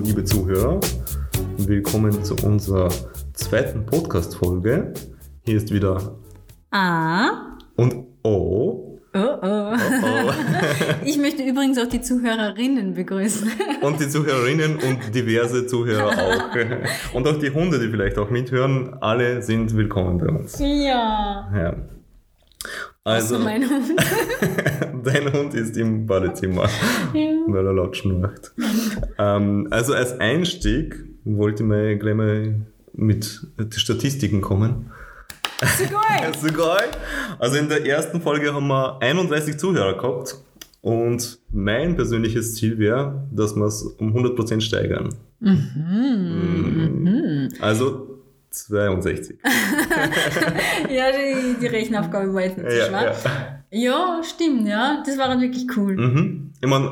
liebe Zuhörer. Willkommen zu unserer zweiten Podcast-Folge. Hier ist wieder Ah. und O. Oh, oh. Oh, oh. Ich möchte übrigens auch die Zuhörerinnen begrüßen. Und die Zuhörerinnen und diverse Zuhörer auch. Und auch die Hunde, die vielleicht auch mithören, alle sind willkommen bei uns. Ja. Ja. Also, Also mein Hund. dein Hund ist im Badezimmer, weil er Latschen macht. ähm, also als Einstieg wollte ich mal gleich mal mit den Statistiken kommen. Sugoi. Also geil. Also in der ersten Folge haben wir 31 Zuhörer gehabt. Und mein persönliches Ziel wäre, dass wir es um 100% steigern. Mhm. Also 62. Ja, die, die Rechenaufgabe war jetzt nicht so Ja, schwer. Ja. stimmt, ja. Das war wirklich cool. Mhm. Ich meine,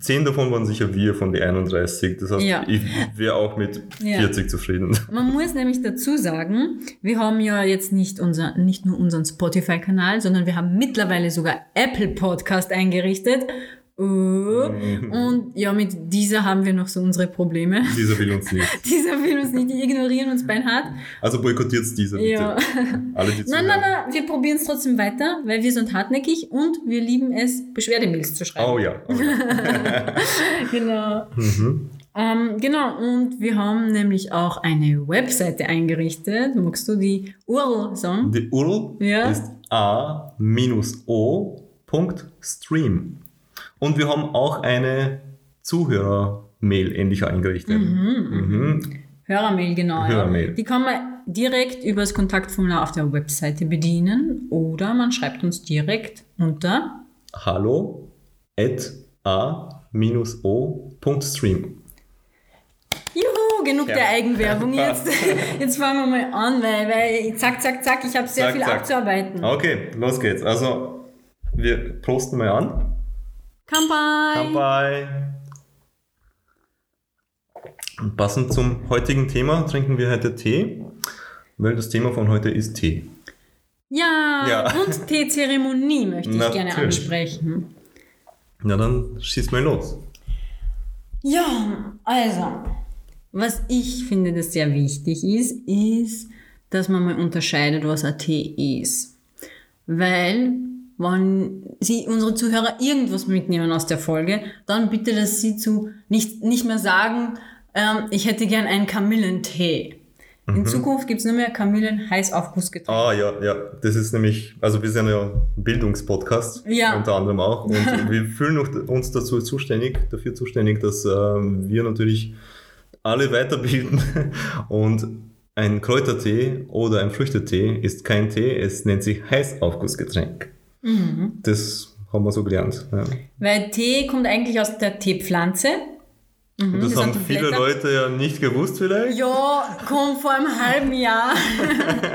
10 davon waren sicher wir von den 31. Das heißt, Ja. ich wäre auch mit Ja. 40 zufrieden. Man muss nämlich dazu sagen, wir haben ja jetzt nicht, unser, nicht nur unseren Spotify-Kanal, sondern wir haben mittlerweile sogar Apple Podcast eingerichtet. Oh. Und ja, mit dieser haben wir noch so unsere Probleme. Dieser will uns nicht. Dieser will uns nicht, die ignorieren uns beinhart. Also boykottiert dieser bitte. Ja. Alle, die Nein, zuhören. nein, nein, wir probieren es trotzdem weiter, weil wir sind hartnäckig und wir lieben es, Beschwerdemails zu schreiben. Oh ja. Oh, ja. Genau. Mhm. Ähm, genau, und wir haben nämlich auch eine Webseite eingerichtet. Magst du die URL sagen? Die URL Ja. ist a-o.stream. Und wir haben auch eine Zuhörer-Mail ähnlich eingerichtet. Mhm. Hörermail, genau. Ja. Hörermail. Die kann man direkt über das Kontaktformular auf der Webseite bedienen oder man schreibt uns direkt unter. Hallo at a-o.stream. Juhu, genug Ja. der Eigenwerbung jetzt. Jetzt fangen wir mal an, weil, weil zack, zack, zack, ich habe sehr Zack, viel zack. abzuarbeiten. Okay, los geht's. Also, wir prosten mal an. Dabei. Passend zum heutigen Thema trinken wir heute Tee, weil das Thema von heute ist Tee. Ja, Ja. und Teezeremonie möchte ich Natürlich. gerne ansprechen. Na dann schieß mal los. Ja, also, was ich finde, das sehr wichtig ist, ist, dass man mal unterscheidet, was ein Tee ist. Weil, wenn sie unsere Zuhörer irgendwas mitnehmen aus der Folge, dann bitte, dass sie zu nicht, nicht mehr sagen, ähm, ich hätte gern einen Kamillentee. In Mhm. Zukunft gibt es nur mehr Kamillen-Heißaufgussgetränke. Ah ja, ja. Das ist nämlich, also wir sind ja ein Bildungspodcast, Ja. unter anderem auch. Und wir fühlen noch- uns dazu zuständig, dafür zuständig, dass ähm, wir natürlich alle weiterbilden. Und ein Kräutertee oder ein Früchtetee ist kein Tee, es nennt sich Heißaufgussgetränk. Mhm. Das haben wir so gelernt. Ja. Weil Tee kommt eigentlich aus der Teepflanze. Mhm, Und das, das haben hat die viele Blätter. Leute ja nicht gewusst vielleicht. Ja, komm, vor einem halben Jahr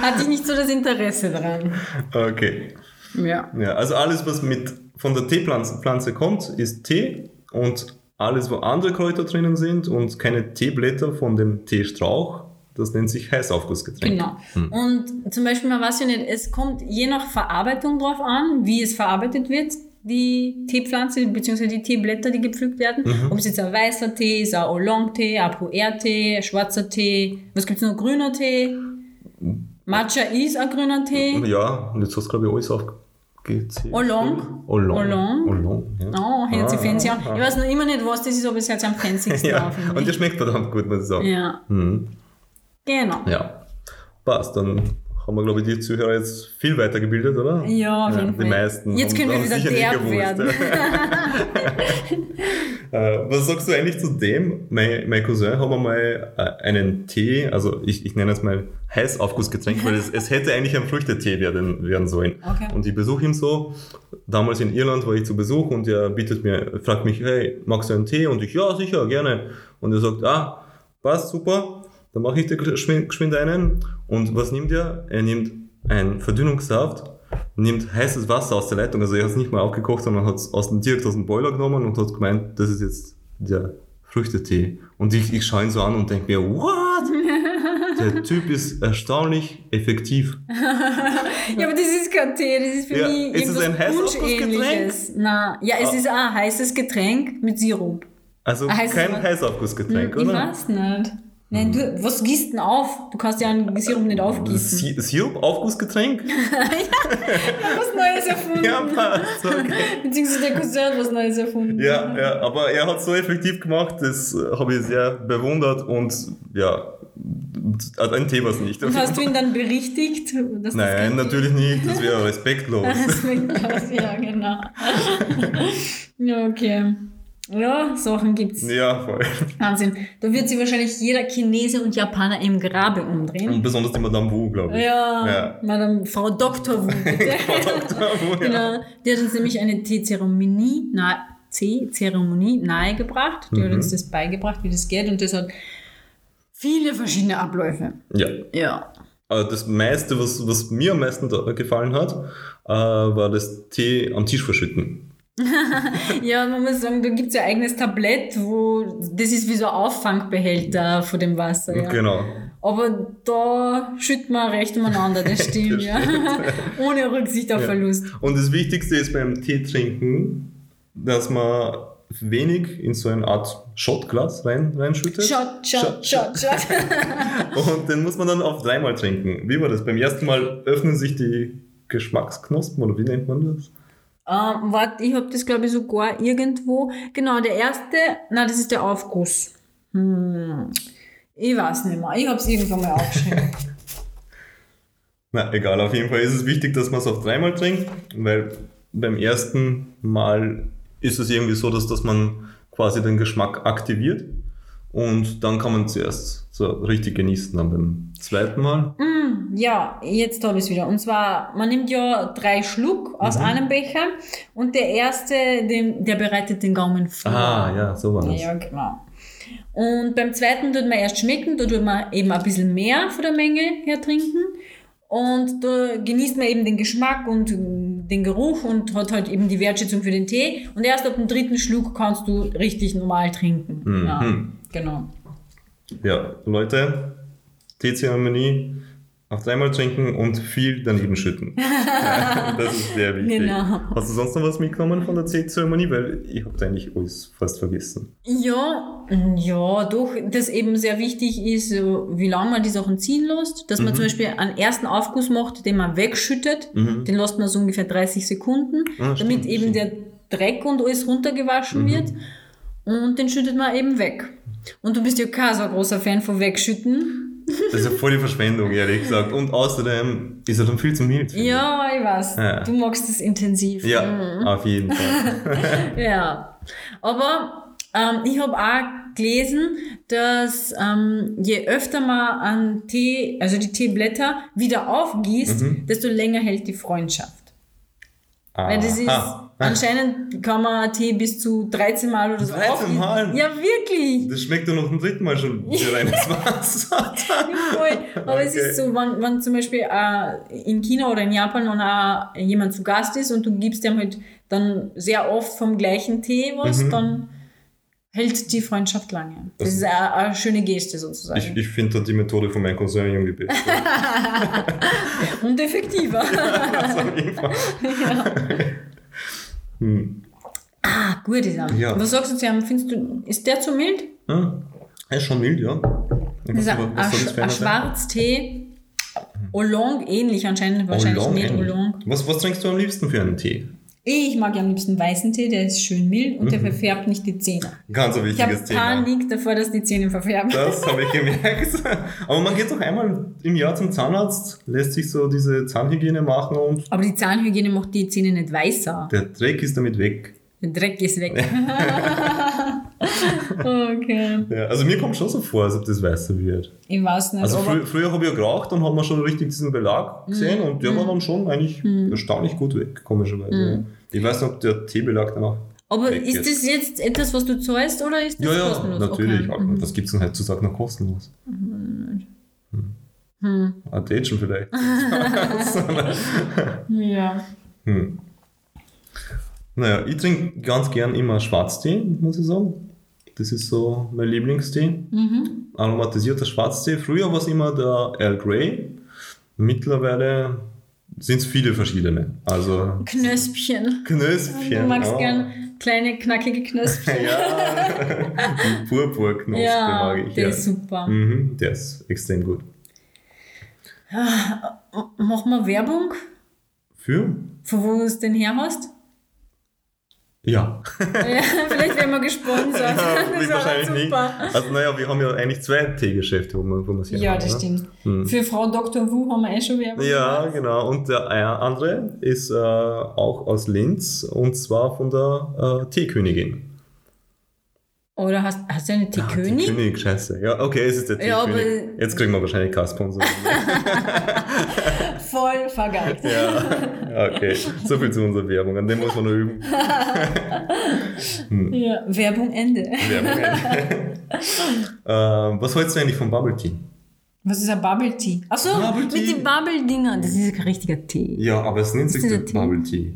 hatte ich nicht so das Interesse dran. Okay. Ja. Ja, also alles, was mit von der Teepflanze Pflanze kommt, ist Tee und alles, wo andere Kräuter drinnen sind und keine Teeblätter von dem Teestrauch, das nennt sich Heißaufgussgetränk. Genau. Hm. Und zum Beispiel, man weiß ja nicht, es kommt je nach Verarbeitung drauf an, wie es verarbeitet wird, die Teepflanze bzw. die Teeblätter, die gepflückt werden. Mhm. Ob es jetzt ein weißer Tee ist, ein Oolong-Tee, ein Pu'er-Tee, ein schwarzer Tee, was gibt es noch, grüner Tee? Matcha ist ein grüner Tee. Ja, und jetzt hast du, glaube ich, alles aufgezählt. Oolong. Oolong. Oolong. Oolong, ja. Oh, hört sich Ah, fancy an. ah. Ich weiß noch immer nicht, was das ist, aber es hört sich am fancysten Ja, an, finde und der ich. schmeckt verdammt gut, muss ich sagen. Ja, Mhm. genau. ja. Passt, dann haben wir, glaube ich, die Zuhörer jetzt viel weitergebildet, oder? Ja, auf jeden Die Fall. meisten. Jetzt haben- können wir haben wieder sicher nicht derb gewusst, werden. Äh, was sagst du eigentlich zu dem? Mein, mein Cousin hat mir mal äh, einen Tee, also ich, ich nenne es mal Heißaufgussgetränk, weil es, es hätte eigentlich ein Früchtetee werden, werden sollen. Okay. Und ich besuche ihn so. Damals in Irland war ich zu Besuch und er bietet mir, fragt mich, hey, magst du einen Tee? Und ich, ja, sicher, gerne. Und er sagt, ah, passt, super, dann mache ich dir geschwind, geschwind einen. Und was nimmt er? Er nimmt einen Verdünnungssaft, nimmt heißes Wasser aus der Leitung, also er hat es nicht mal aufgekocht, sondern hat es aus dem, direkt aus dem Boiler genommen und hat gemeint, das ist jetzt der Früchtetee. Und ich, ich schaue ihn so an und denke mir, what? Der Typ ist erstaunlich effektiv. Ja, aber das ist kein Tee, das ist für Ja, mich ist es ein irgendwas heißes Aufgussgetränk? Punschähnliches. Na, ja, es Ah. ist ein heißes Getränk mit Sirup. Also Heißes kein Wasser. Heißaufgussgetränk, ich oder? Hm. weiß nicht. Nein, du, was gießt denn auf? Du kannst ja einen Sirup nicht aufgießen. Si- Sirup-Aufgussgetränk? was Neues erfunden. ja, passt. Okay. Beziehungsweise der Cousin hat was Neues erfunden. Ja, ja, aber er hat so effektiv gemacht, das äh, habe ich sehr bewundert und ja, hat ein Thema es nicht. Und hast du ihn dann berichtigt? Dass Nein, das natürlich nicht, das wäre respektlos. natürlich. ja, genau. ja, okay. Ja, Sachen gibt's. Ja, voll. Wahnsinn. Da wird sich wahrscheinlich jeder Chinese und Japaner im Grabe umdrehen. Und besonders die Madame Wu, glaube ich. Ja, Um- Ja. Madame Frau Dr. Wu, bitte. Madame Wu, ja. Genau. Die hat uns nämlich eine Teezeremonie nahe, Teezeremonie nahegebracht. Die hat Mhm. uns das beigebracht, wie das geht. Und das hat viele verschiedene Abläufe. ja. Ja. Also das meiste, was, was mir am meisten da gefallen hat, äh, war das Tee am Tisch verschütten. Ja, man muss sagen, da gibt es ja ein eigenes Tablett, wo das ist wie so ein Auffangbehälter von dem Wasser. Ja. Genau. Aber da schüttet man recht umeinander, das stimmt, Das ja. Ohne Rücksicht auf Ja. Verlust. Und das Wichtigste ist beim Tee trinken, dass man wenig in so eine Art Schottglas rein, reinschüttet. Shot, shot, shot, shot. Und den muss man dann auf dreimal trinken. Wie war das? Beim ersten Mal öffnen sich die Geschmacksknospen oder wie nennt man das? Ähm, Warte, ich habe das glaube ich sogar irgendwo. Genau, der erste, na das ist der Aufguss. Hm. Ich weiß nicht mehr. Ich habe es irgendwann mal aufgeschrieben. Na, egal, auf jeden Fall ist es wichtig, dass man es auf dreimal trinkt, weil beim ersten Mal ist es irgendwie so, dass, dass man quasi den Geschmack aktiviert und dann kann man zuerst so richtig genießen. Dann beim zweiten Mal, Hm, ja, jetzt habe ich es wieder. Und zwar, man nimmt ja drei Schluck Mhm. aus einem Becher und der erste, den, der bereitet den Gaumen vor. ah ja, so war das. Ja, genau. Und beim zweiten tut man erst schmecken, da tut man eben ein bisschen mehr von der Menge her trinken. Und da genießt man eben den Geschmack und mm, den Geruch und hat halt eben die Wertschätzung für den Tee. Und erst ab dem dritten Schluck kannst du richtig normal trinken. Mhm. Ja, genau. Ja, Leute, Teezeremonie auf dreimal trinken und viel daneben schütten. das ist sehr wichtig. Genau. Hast du sonst noch was mitgenommen von der Teezeremonie? Weil ich habe eigentlich alles fast vergessen. Ja, mm, ja, doch, das eben sehr wichtig ist, so, wie lange man die Sachen ziehen lässt. Dass man zum Beispiel einen ersten Aufguss macht, den man wegschüttet. Mhm. Den lässt man so ungefähr 30 Sekunden, Ah, stimmt, Mhm. damit eben stimmt. der Dreck und alles runtergewaschen wird. Und den schüttet man eben weg. Und du bist ja kein so großer Fan von Wegschütten. Das ist ja voll die Verschwendung, ehrlich gesagt. Und außerdem ist er dann viel zu mild. finde ich. Ja, Mhm. ich weiß. Ja. Du magst es intensiv. ne? Ja, auf jeden Fall. Ja, aber ähm, ich habe auch gelesen, dass ähm, je öfter man an Tee, also die Teeblätter wieder aufgießt, desto länger hält die Freundschaft. Ah. Weil das ist, Aha. anscheinend kann man Tee bis zu 13 Mal oder so 13 aufgießen. Mal? Ja, wirklich. Das schmeckt doch noch ein dritten Mal schon wie reines Wasser. Voll. Aber es Okay. ist so, wenn, wenn zum Beispiel äh, in China oder in Japan noch äh, jemand zu Gast ist und du gibst dem halt dann sehr oft vom gleichen Tee was, dann hält die Freundschaft lange. Mhm. Das Das- ist eine, eine schöne Geste sozusagen. Ich, ich finde die Methode von meinem Cousin irgendwie besser. und effektiver. auf jeden Fall. ah, gut, Isa. Ja. Was sagst du zu ihm? Findest du, ist der zu mild? Hm. Er ist schon mild, ja. Ich weiß Dieser nicht, was soll das für ein einer sein? Schwarztee, Oolong ähnlich anscheinend, wahrscheinlich Oolong, mild ähnlich. Oolong. Oh, Was, was trinkst du am liebsten für einen Tee? Ich mag ja am liebsten weißen Tee, der ist schön mild und Mhm. der verfärbt nicht die Zähne. Ganz ein Ich habe wichtiges Thema. Panik davor, dass die Zähne verfärben. Das habe ich gemerkt. Aber man geht doch einmal im Jahr zum Zahnarzt, lässt sich so diese Zahnhygiene machen und Aber die Zahnhygiene macht die Zähne nicht weißer. der Dreck ist damit weg. Der Dreck ist weg. okay. Ja, also mir kommt schon so vor, als ob das weißer wird. Ich weiß nicht, Also aber Mhm. frü früher habe ich ja geraucht und hat man schon richtig diesen Belag gesehen und der war dann schon eigentlich erstaunlich gut weg, komischerweise. Mhm. ja. Ich weiß nicht, ob der Teebelag danach. aber weg ist das jetzt etwas, was du zahlst oder ist das Ja, ja, kostenlos? natürlich. Okay. Mhm. Das gibt es dann heutzutage noch kostenlos. Hm. Ein Dätschen vielleicht. Mhm. Ja. Hm. Naja, ich trinke ganz gern immer Schwarztee, muss ich sagen. Das ist so mein Lieblingstee. Mhm. Aromatisierter Schwarztee. Früher war es immer der Earl Grey. Mittlerweile sind es viele verschiedene. Also Knöspchen. Knöspfchen. Du magst oh. gern kleine knackige Knöspchen. ja, die Purpurknospe ja, mag ich. der ja. ist super. Mhm, der ist extrem gut. Ja, mach mal Werbung, Für? von wo du es denn her hast. Ja. Ja, Vielleicht werden wir gesponsert. das wird wäre super. Ah, nicht. Also naja, wir haben ja eigentlich zwei Teegeschäfte, wo man wo es hier Ja, haben, das ne? stimmt. Mhm. Für Frau Dr. Wu haben wir eh schon Werbung. Ja, gemacht. genau. Und der äh, andere ist äh, auch aus Linz und zwar von der äh, Teekönigin. Oder hast, hast du eine Ah, Teekönig? Teekönig, scheiße. Ja, okay, es ist der Ja, Teekönig. aber- Jetzt kriegen wir wahrscheinlich keinen Sponsor. Voll vergeigt. ja, okay. So viel zu unserer Werbung. An dem muss man nur üben. Ja, Werbung Ende. Werbung. äh, was hältst du eigentlich vom Bubble Tea? Was ist ein Bubble Tea? Achso, Bubble mit Tea. den Bubble-Dingern. Das ist ein richtiger Tee. Ja, aber es nennt sich dieser der Tee? Bubble Tea.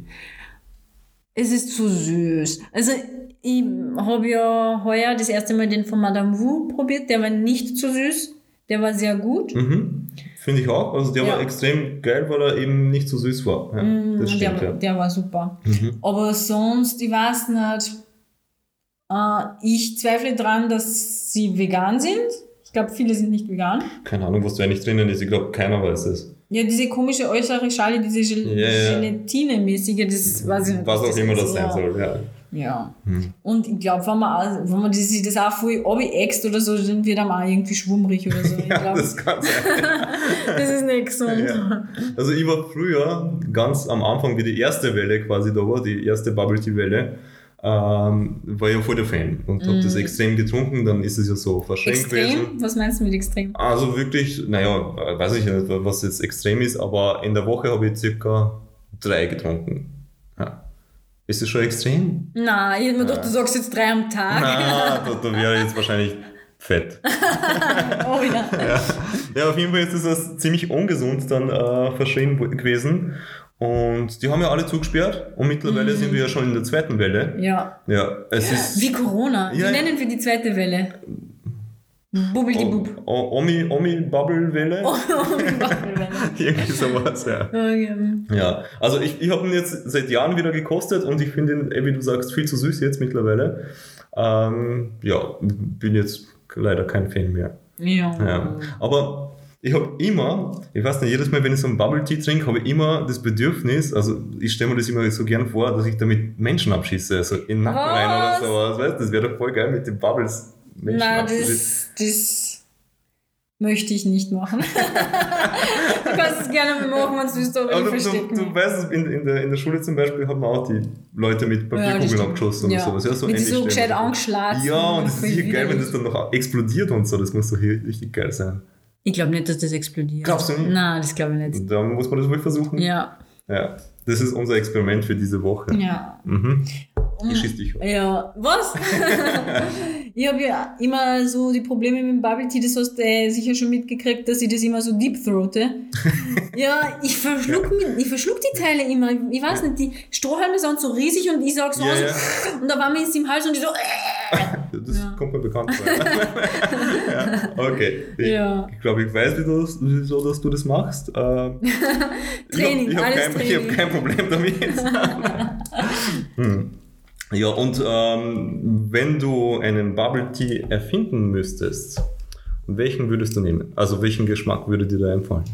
Es ist zu süß. Also, ich habe ja heuer das erste Mal den von Madame Wu probiert. Der war nicht zu süß. Der war sehr gut. Mhm. Finde ich auch. Also der Ja. war extrem geil, weil er eben nicht so süß war. Ja, das Mm, stimmt, der, ja. der war super. Mhm. Aber sonst, ich weiß nicht. Äh, ich zweifle dran, dass sie vegan sind. Ich glaube, viele sind nicht vegan. Keine Ahnung, was da eigentlich drinnen ist. Ich glaube, keiner weiß es. Ja, diese komische äußere Schale, diese Gel Ja, ja. Gelatine-mäßige, das weiß ich nicht. Was auch immer ist. das sein ja. soll, ja. Ja. Hm. Und ich glaube, wenn man, auch- wenn man das- sich das auch voll abäxt oder so, dann wird einem auch irgendwie schwummrig oder so. Ich Ja, glaub, das, das kann sein. ist nicht gesund. Ja. Also ich war früher, ganz am Anfang, wie die erste Welle quasi da war, die erste Bubble Tea Welle, ähm, war ja voll der Fan und habe das extrem getrunken, dann ist es ja so verschenkt gewesen. Mhm. Extrem? Was meinst du mit extrem? Also wirklich, naja, weiß ich nicht, was jetzt extrem ist, aber in der Woche habe ich circa drei getrunken. Ja. Ist das schon extrem? Na, ich hätte mir gedacht, du sagst jetzt drei am Tag. Na, da, da wäre ich jetzt wahrscheinlich fett. Oh ja. Ja, auf jeden Fall ist das ziemlich ungesund dann äh, verschrien wo- gewesen. Und die haben ja alle zugesperrt und mittlerweile sind wir ja schon in der zweiten Welle. Ja. Ja, es ist Mhm. Wie Corona. Ja, Wie ja. nennen wir die zweite Welle? Bubbeldi-Bub. O- O- Omi, Omi Bubble Welle. Oh. Bubbelwelle. Irgendwie sowas, ja. Ähm, Ja, also ich, ich habe ihn jetzt seit Jahren wieder gekostet und ich finde ihn, eh, wie du sagst, viel zu süß jetzt mittlerweile. Ähm, ja, bin jetzt leider kein Fan mehr. Ja. Ja. Aber ich habe immer, ich weiß nicht, jedes Mal, wenn ich so einen Bubble Tea trinke, habe ich immer das Bedürfnis, also ich stelle mir das immer so gern vor, dass ich damit Menschen abschieße, also in den Nacken rein Was? oder sowas, weißt du, das wäre doch voll geil mit den Bubbles. Menschen Na, abzuschießen. das, das möchte ich nicht machen. du kannst es gerne machen, wenn du es doch aber nicht du, du, du verstecken. weißt, es, in, in, der, in der Schule zum Beispiel haben wir auch die Leute mit Papierkugeln stimmt. abgeschossen und Ja. sowas. Ja, so Mit ähnlich stellen wir so gescheit das vor. angeschlagen Ja, und und das ist hier geil, voll wenn widerlich. das dann noch explodiert und so, das muss doch hier richtig geil sein. Ich glaube nicht, dass das explodiert. Glaubst du nicht? Nein, das glaube ich nicht. Und da muss man das wohl versuchen. Ja. ja. Das ist unser Experiment für diese Woche. Ja. Mhm. Ich schieß dich auf. Ja. Was? ich habe ja immer so die Probleme mit dem Bubble Tea, das hast du äh, sicher schon mitgekriegt, dass ich das immer so deep throate. ja, ich verschluck, mit, ich verschluck die Teile immer. Ich weiß nicht, die Strohhalme sind so riesig und ich sag so, Ja, so ja. und da war mir jetzt im Hals und ich so, äh, Das Ja. kommt mir bekannt vor. ja, okay. Ich, Ja. ich glaube, ich weiß, wie du das, wieso dass du das machst. Ähm, Training, ich hab- alles ich hab kein, Ich habe Training. kein Problem damit. hm. Ja, und ähm, wenn du einen Bubble Tea erfinden müsstest, welchen würdest du nehmen? Also welchen Geschmack würde dir da einfallen?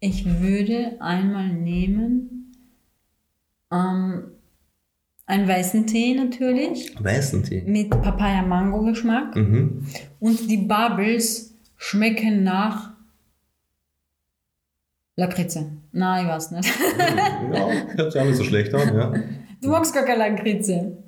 Ich würde einmal nehmen ähm, einen weißen Tee natürlich Weißen Tee. mit Papaya-Mango-Geschmack Mhm. und die Bubbles schmecken nach Lakritze. Nein, ich weiß nicht. Ja, hört sich auch nicht so schlecht an, ja. Du magst gar keine Lakritze.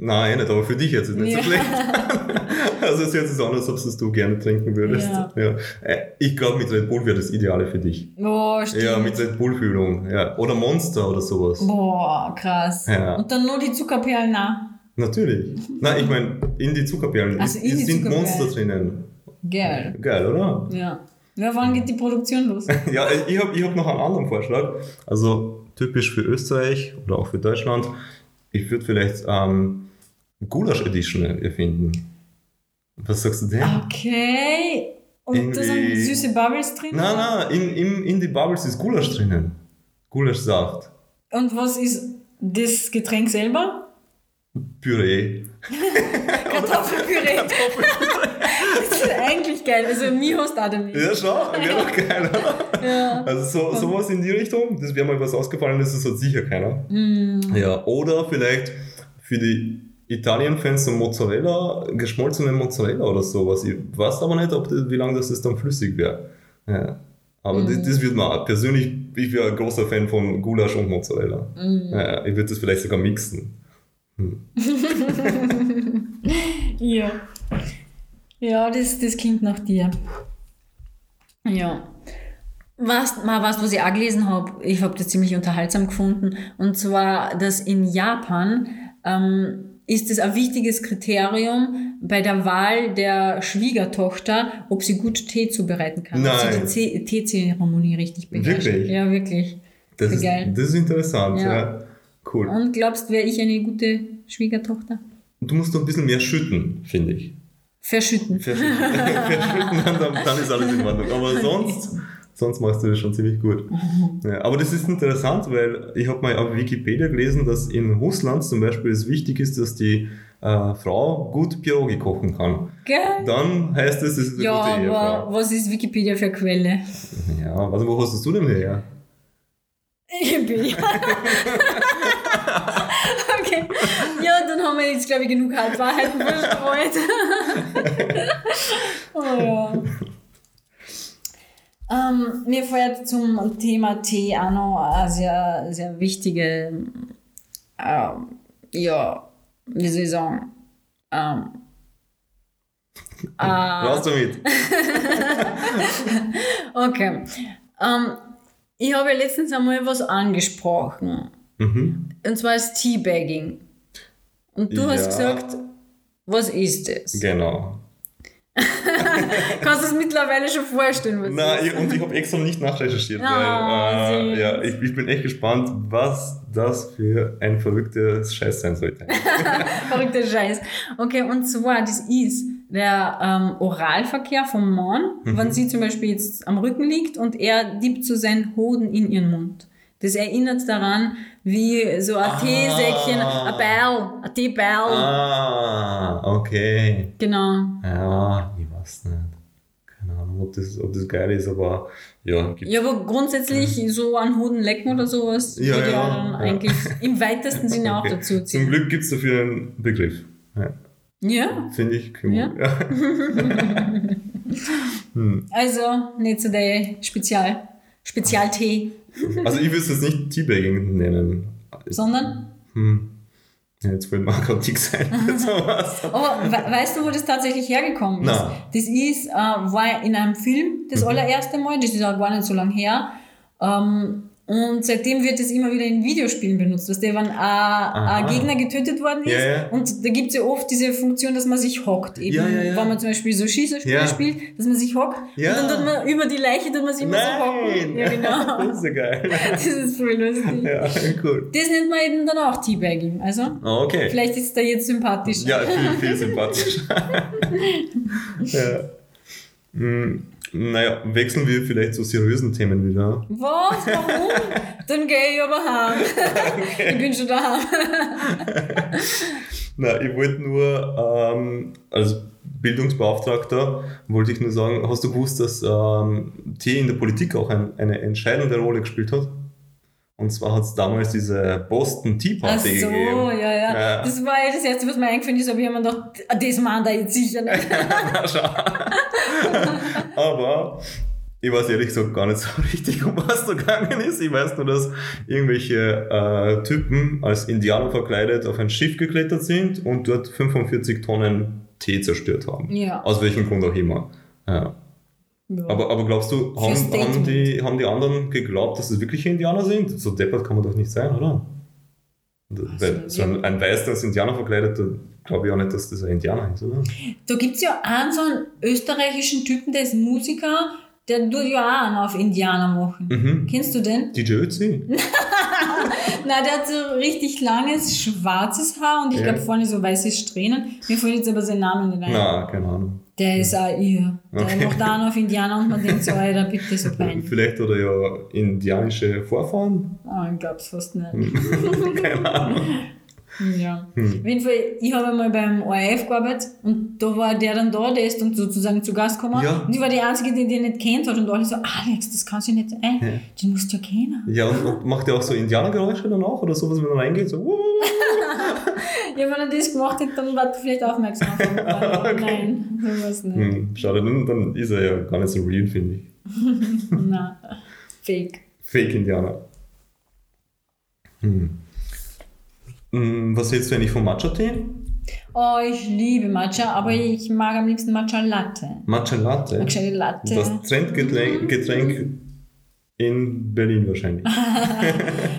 Nein, nicht, aber für dich jetzt ist nicht Ja. so schlecht. also es hört sich so an, als ob es du gerne trinken würdest. Ja. Ja. Äh, Ich glaube, mit Red Bull wäre das Ideale für dich. Boah, stimmt. Ja, mit Red Bull-Fühlung. Ja. Oder Monster oder sowas. Boah, krass. Ja. Und dann nur die Zuckerperlen. na. Natürlich. Nein, ich meine, in die Zuckerperlen Also in die sind Zuckerperlen. Monster drinnen. Geil. Geil, oder? Ja. Ja, wann geht die Produktion los? Ja, ich habe ich hab noch einen anderen Vorschlag. Also typisch für Österreich oder auch für Deutschland. Ich würde vielleicht ähm, Gulasch Edition erfinden. Was sagst du denn? Ah. Okay. Und da sind Irgendwie- süße Bubbles drin? Nein, nein, in, in, in die Bubbles ist Gulasch drinnen. Gulaschsaft, Und was ist das Getränk selber? Püree. Kartoffelpüree. das ist eigentlich geil. Also mir hast du auch damit. Ja, schau, wäre doch geil, oder? Ja. Also so, sowas in die Richtung, das wäre mal was ausgefallen, das ist halt sicher keiner. Mm. Mhm. Ja, oder vielleicht für die Italien-Fans so Mozzarella, geschmolzene Mozzarella oder sowas. Ich weiß aber nicht, ob das, wie lange das jetzt dann flüssig wäre. Ja. Aber Mhm. das, das wird mal persönlich, ich wäre ein großer Fan von Gulasch und Mozzarella. Mhm. Ja, ich würde das vielleicht sogar mixen. Ja. Ja, das, das klingt nach dir. Ja. Was, mal was, was ich auch gelesen habe, ich habe das ziemlich unterhaltsam gefunden, und zwar, dass in Japan ähm, ist es ein wichtiges Kriterium bei der Wahl der Schwiegertochter, ob sie gut Tee zubereiten kann, ob sie Nein. die Ze- Teezeremonie richtig beherrscht. Wirklich? Ja, wirklich. Das Voll ist, geil. das ist interessant, Ja. ja. Cool. Und glaubst, wäre ich eine gute Schwiegertochter? Du musst noch ein bisschen mehr schütten, finde ich. Verschütten. Verschütten, verschütten dann, dann, dann ist alles in Ordnung. Aber sonst, sonst machst du das schon ziemlich gut. Ja, aber das ist interessant, weil ich habe mal auf Wikipedia gelesen, dass in Russland zum Beispiel es wichtig ist, dass die äh, Frau gut Pierogi kochen kann. Gell? Dann heißt es, es ist eine Ja, gute aber Ehefrau. was ist Wikipedia für eine Quelle? Ja, also wo hast du denn her? Ich bin ja. okay. Ja, dann haben wir jetzt, glaube ich, genug Halbwahrheiten verstreut. oh ja. Ähm, mir fällt zum Thema Tee auch noch eine sehr, sehr wichtige, ähm, ja, wie soll ich sagen, ähm, Ah. Raus damit. okay. Ähm, ich habe ja letztens einmal was angesprochen. Mhm. Und zwar ist Teabagging. Und du hast Ja. gesagt, was ist das? Genau. Kannst du es mittlerweile schon vorstellen? Was Na, das ich, und ich habe extra nicht nachrecherchiert, Ah, weil süß. äh, ja, ich, ich bin echt gespannt, was das für ein verrücktes Scheiß sein sollte. ist? Verrückter Scheiß. Okay, und zwar, das ist der ähm, Oralverkehr vom Mann, Mhm. wenn sie zum Beispiel jetzt am Rücken liegt und er dippt so seinen Hoden in ihren Mund. Das erinnert daran, wie so ein Ah. Teesäckchen, ein Bell, ein Teebell. ah, okay. Genau. Ja, ich weiß nicht. Keine Ahnung, ob das, ob das geil ist, aber ja, gibt Ja, aber grundsätzlich so an Hoden lecken oder sowas Mhm. Ja, würde ja ja, dann ja. eigentlich im weitesten Sinne auch Okay. dazu ziehen. Zum Glück gibt es dafür einen Begriff. Ja, Ja, Finde ich cool. Ja. also nicht so der Spezial, Spezialtee, Also ich würde es jetzt nicht Teabagging nennen. sondern. Hm. Ja, jetzt will Marco dick sein. so was. Aber we weißt du, wo das tatsächlich hergekommen ist? Na. Mhm. Das ist, äh, war in einem Film das allererste Mal, das ist auch gar nicht so lange her. Ähm, und seitdem wird es immer wieder in Videospielen benutzt, dass der, wenn ein, ein Gegner getötet worden ist, Ja, ja. und da gibt es ja oft diese Funktion, dass man sich hockt. Eben, Ja, ja, ja. wenn man zum Beispiel so Schießerspiele Ja. spielt, dass man sich hockt Ja. und dann tut man über die Leiche tut man sich immer so hocken. Nein! Ja, genau. das ist ja geil. das ist voll lustig. Ja, cool. Das nennt man eben dann auch Teabagging. Also, Ah, Okay. vielleicht ist es da jetzt sympathisch. Ja, viel, viel sympathischer. ja. Hm, Naja, wechseln wir vielleicht zu seriösen Themen wieder. Was? Warum? dann gehe ich aber heim. Ich bin schon daheim. Na, ich wollte nur ähm, als Bildungsbeauftragter wollte ich nur sagen, hast du gewusst, dass ähm, Tee in der Politik auch ein, eine entscheidende Rolle gespielt hat? Und zwar hat es damals diese Boston Tea Ach Party so, gegeben. ja, ja, Ja. Das war ja das Erste, was mir eingefallen ist. Aber ich habe mir gedacht, ah, das machen da jetzt sicher nicht. Also, Aber ich weiß ehrlich gesagt gar nicht so richtig, um was da gegangen ist. Ich weiß nur, dass irgendwelche äh, Typen als Indianer verkleidet auf ein Schiff geklettert sind und dort 45 Tonnen Tee zerstört haben. Ja. Aus welchem Grund auch immer. Ja. Ja. Aber, aber glaubst du, haben, Statement. haben, die, haben die anderen geglaubt, dass es wirkliche Indianer sind? So deppert kann man doch nicht sein, oder? Also, Und, Weil so ein, ein Weißer als Indianer verkleidet, glaube ich auch nicht, dass das ein Indianer ist, oder? Da gibt es ja einen so einen österreichischen Typen, der ist Musiker, der tut ja auch einen auf Indianer machen. Mhm. Kennst du den? DJ Ötzi? Nein, der hat so richtig langes, schwarzes Haar und ich Ja. glaube vorne so weiße Strähnen. Mir fällt jetzt aber sein Name nicht ein. Na, keine Ahnung. der ist auch ihr. Der Okay. macht einen auf Indianer und man denkt so, Alter, bitte so peinlich. Vielleicht oder ja indianische Vorfahren? Ah, ich glaub's fast nicht. Keine Ahnung. Ja. Hm. Auf jeden Fall, ich habe einmal beim ORF gearbeitet und da war der dann da, der ist dann sozusagen zu Gast gekommen. Ja. Und ich war die Einzige, die den nicht kennt hat und alle so, Alex, das kannst du nicht, ey, den musst du ja kennen. Ja, und, und macht ihr auch so Indianergeräusche danach oder sowas, wenn man reingeht? So, "Wuhu"? Ja, wenn er das gemacht hätte, dann war er vielleicht aufmerksam. Aber Nein, sowas nicht. Hm, schade, dann, dann ist er ja gar nicht so real, finde ich. Hm. Nein, fake. Fake-Indianer. Hm. Hm, Was hältst du eigentlich vom Matcha-Tee? Oh, ich liebe Matcha, aber ich mag am liebsten Matcha Latte. Matcha Latte. Matcha Latte. Das Trendgetränk Getränk in Berlin wahrscheinlich.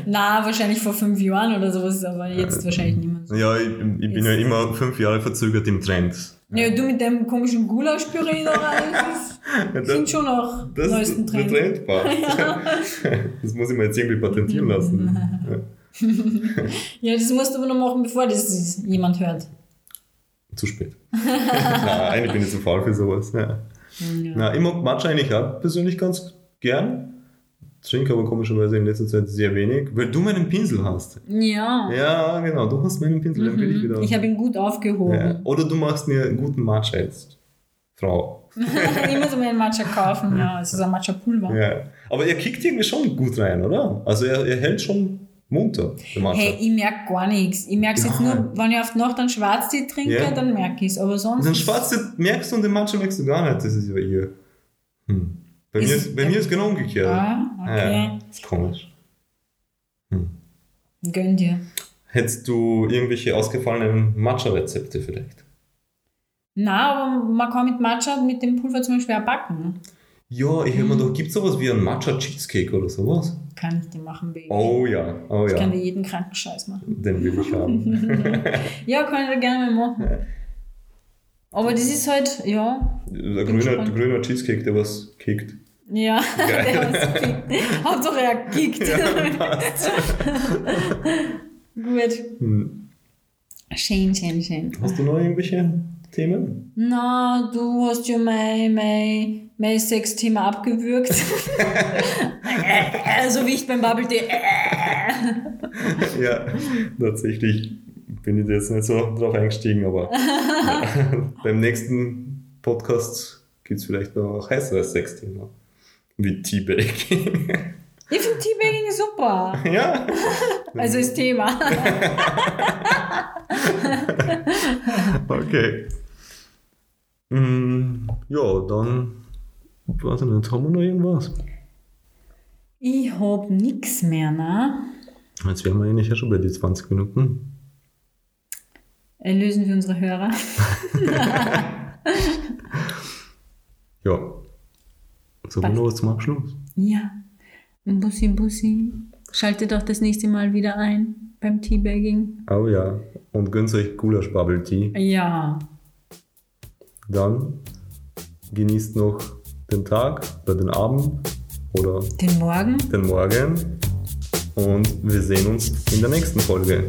Na, wahrscheinlich vor fünf Jahren oder sowas, aber Äh, jetzt wahrscheinlich niemand. So. Ja, ich, ich bin ja immer fünf Jahre verzögert im Trend. Ja, du mit deinem komischen Gulaschpüree da rein, das sind schon auch Das neuesten ist der Trend. Trend war. Das muss ich mir jetzt irgendwie patentieren lassen. Ja, das musst du aber noch machen, bevor das das jemand hört. Zu spät. Nein, eigentlich bin ich zu faul für sowas. Ja. Ja. Na, ich mag Matcha eigentlich auch persönlich ganz gern. Trinke aber komischerweise in letzter Zeit sehr wenig, weil du meinen Pinsel hast. ja. Ja, genau, du hast meinen Pinsel, dann bin ich wieder. Mhm. Ich habe ihn gut ja. aufgehoben. Oder du machst mir einen guten Matcha jetzt. Frau. ich muss mir einen Matcha kaufen, ja. Es ist ein Matcha-Pulver. Ja. Aber er kickt irgendwie schon gut rein, oder? Also er, er hält schon munter, der Matcha. Hey, ich merke gar nichts. Ich merke es jetzt Ja. nur, wenn ich auf die Nacht einen Schwarztee trinke, Ja. dann merke ich es. Aber sonst. Und den Schwarzen merkst du und den Matcha merkst du gar nicht, das ist ja ihr. Hm. Bei, mir, Ist- ist, bei mir ist genau umgekehrt. Ah, okay. Ja, ist komisch. Gönn dir. Hättest du irgendwelche ausgefallenen Matcha-Rezepte vielleicht? Na, aber man kann mit Matcha, mit dem Pulver zum Beispiel auch backen. Ja, ich höre Hm. mir doch, gibt es sowas wie einen Matcha-Cheesecake oder sowas? Kann ich dir machen, Baby. Oh ja, oh Ich kann ja. dir jeden kranken Scheiß machen. Den will ich haben. Ja, kann ich da gerne mal machen. Aber das ist halt, ja, Der Bin grüne, gespannt. grüner Cheesecake, der was kickt. ja. Geil. Der hat's gekickt. Hauptsache er kickt. Gut. Hm. Schön, schön, schön. Hast du noch irgendwelche Themen? Na, du hast ja mein, mein, mein Sex-Thema abgewürgt. so wie ich beim Bubble Tea. ja, tatsächlich bin ich da jetzt nicht so drauf eingestiegen, aber ja. beim nächsten Podcast gibt es vielleicht noch ein heißeres Sexthema. Wie Teabag. Ich finde Teabagging super. ja. Also ist Thema. Okay. Mm, ja, dann. Warte, jetzt haben wir noch irgendwas. Ich hab nix mehr, ne? Jetzt wären wir eigentlich ja schon bei den 20 Minuten. Erlösen wir unsere Hörer. Ja. Sagen wir Passt. noch was zum Abschluss? Ja. Bussi, Bussi. Schaltet doch das nächste Mal wieder ein beim Teabagging. Oh ja. Und gönnt euch Gulasch Bubble Tea. Ja. Dann genießt noch den Tag oder den Abend oder Den Morgen. den Morgen. Und wir sehen uns in der nächsten Folge.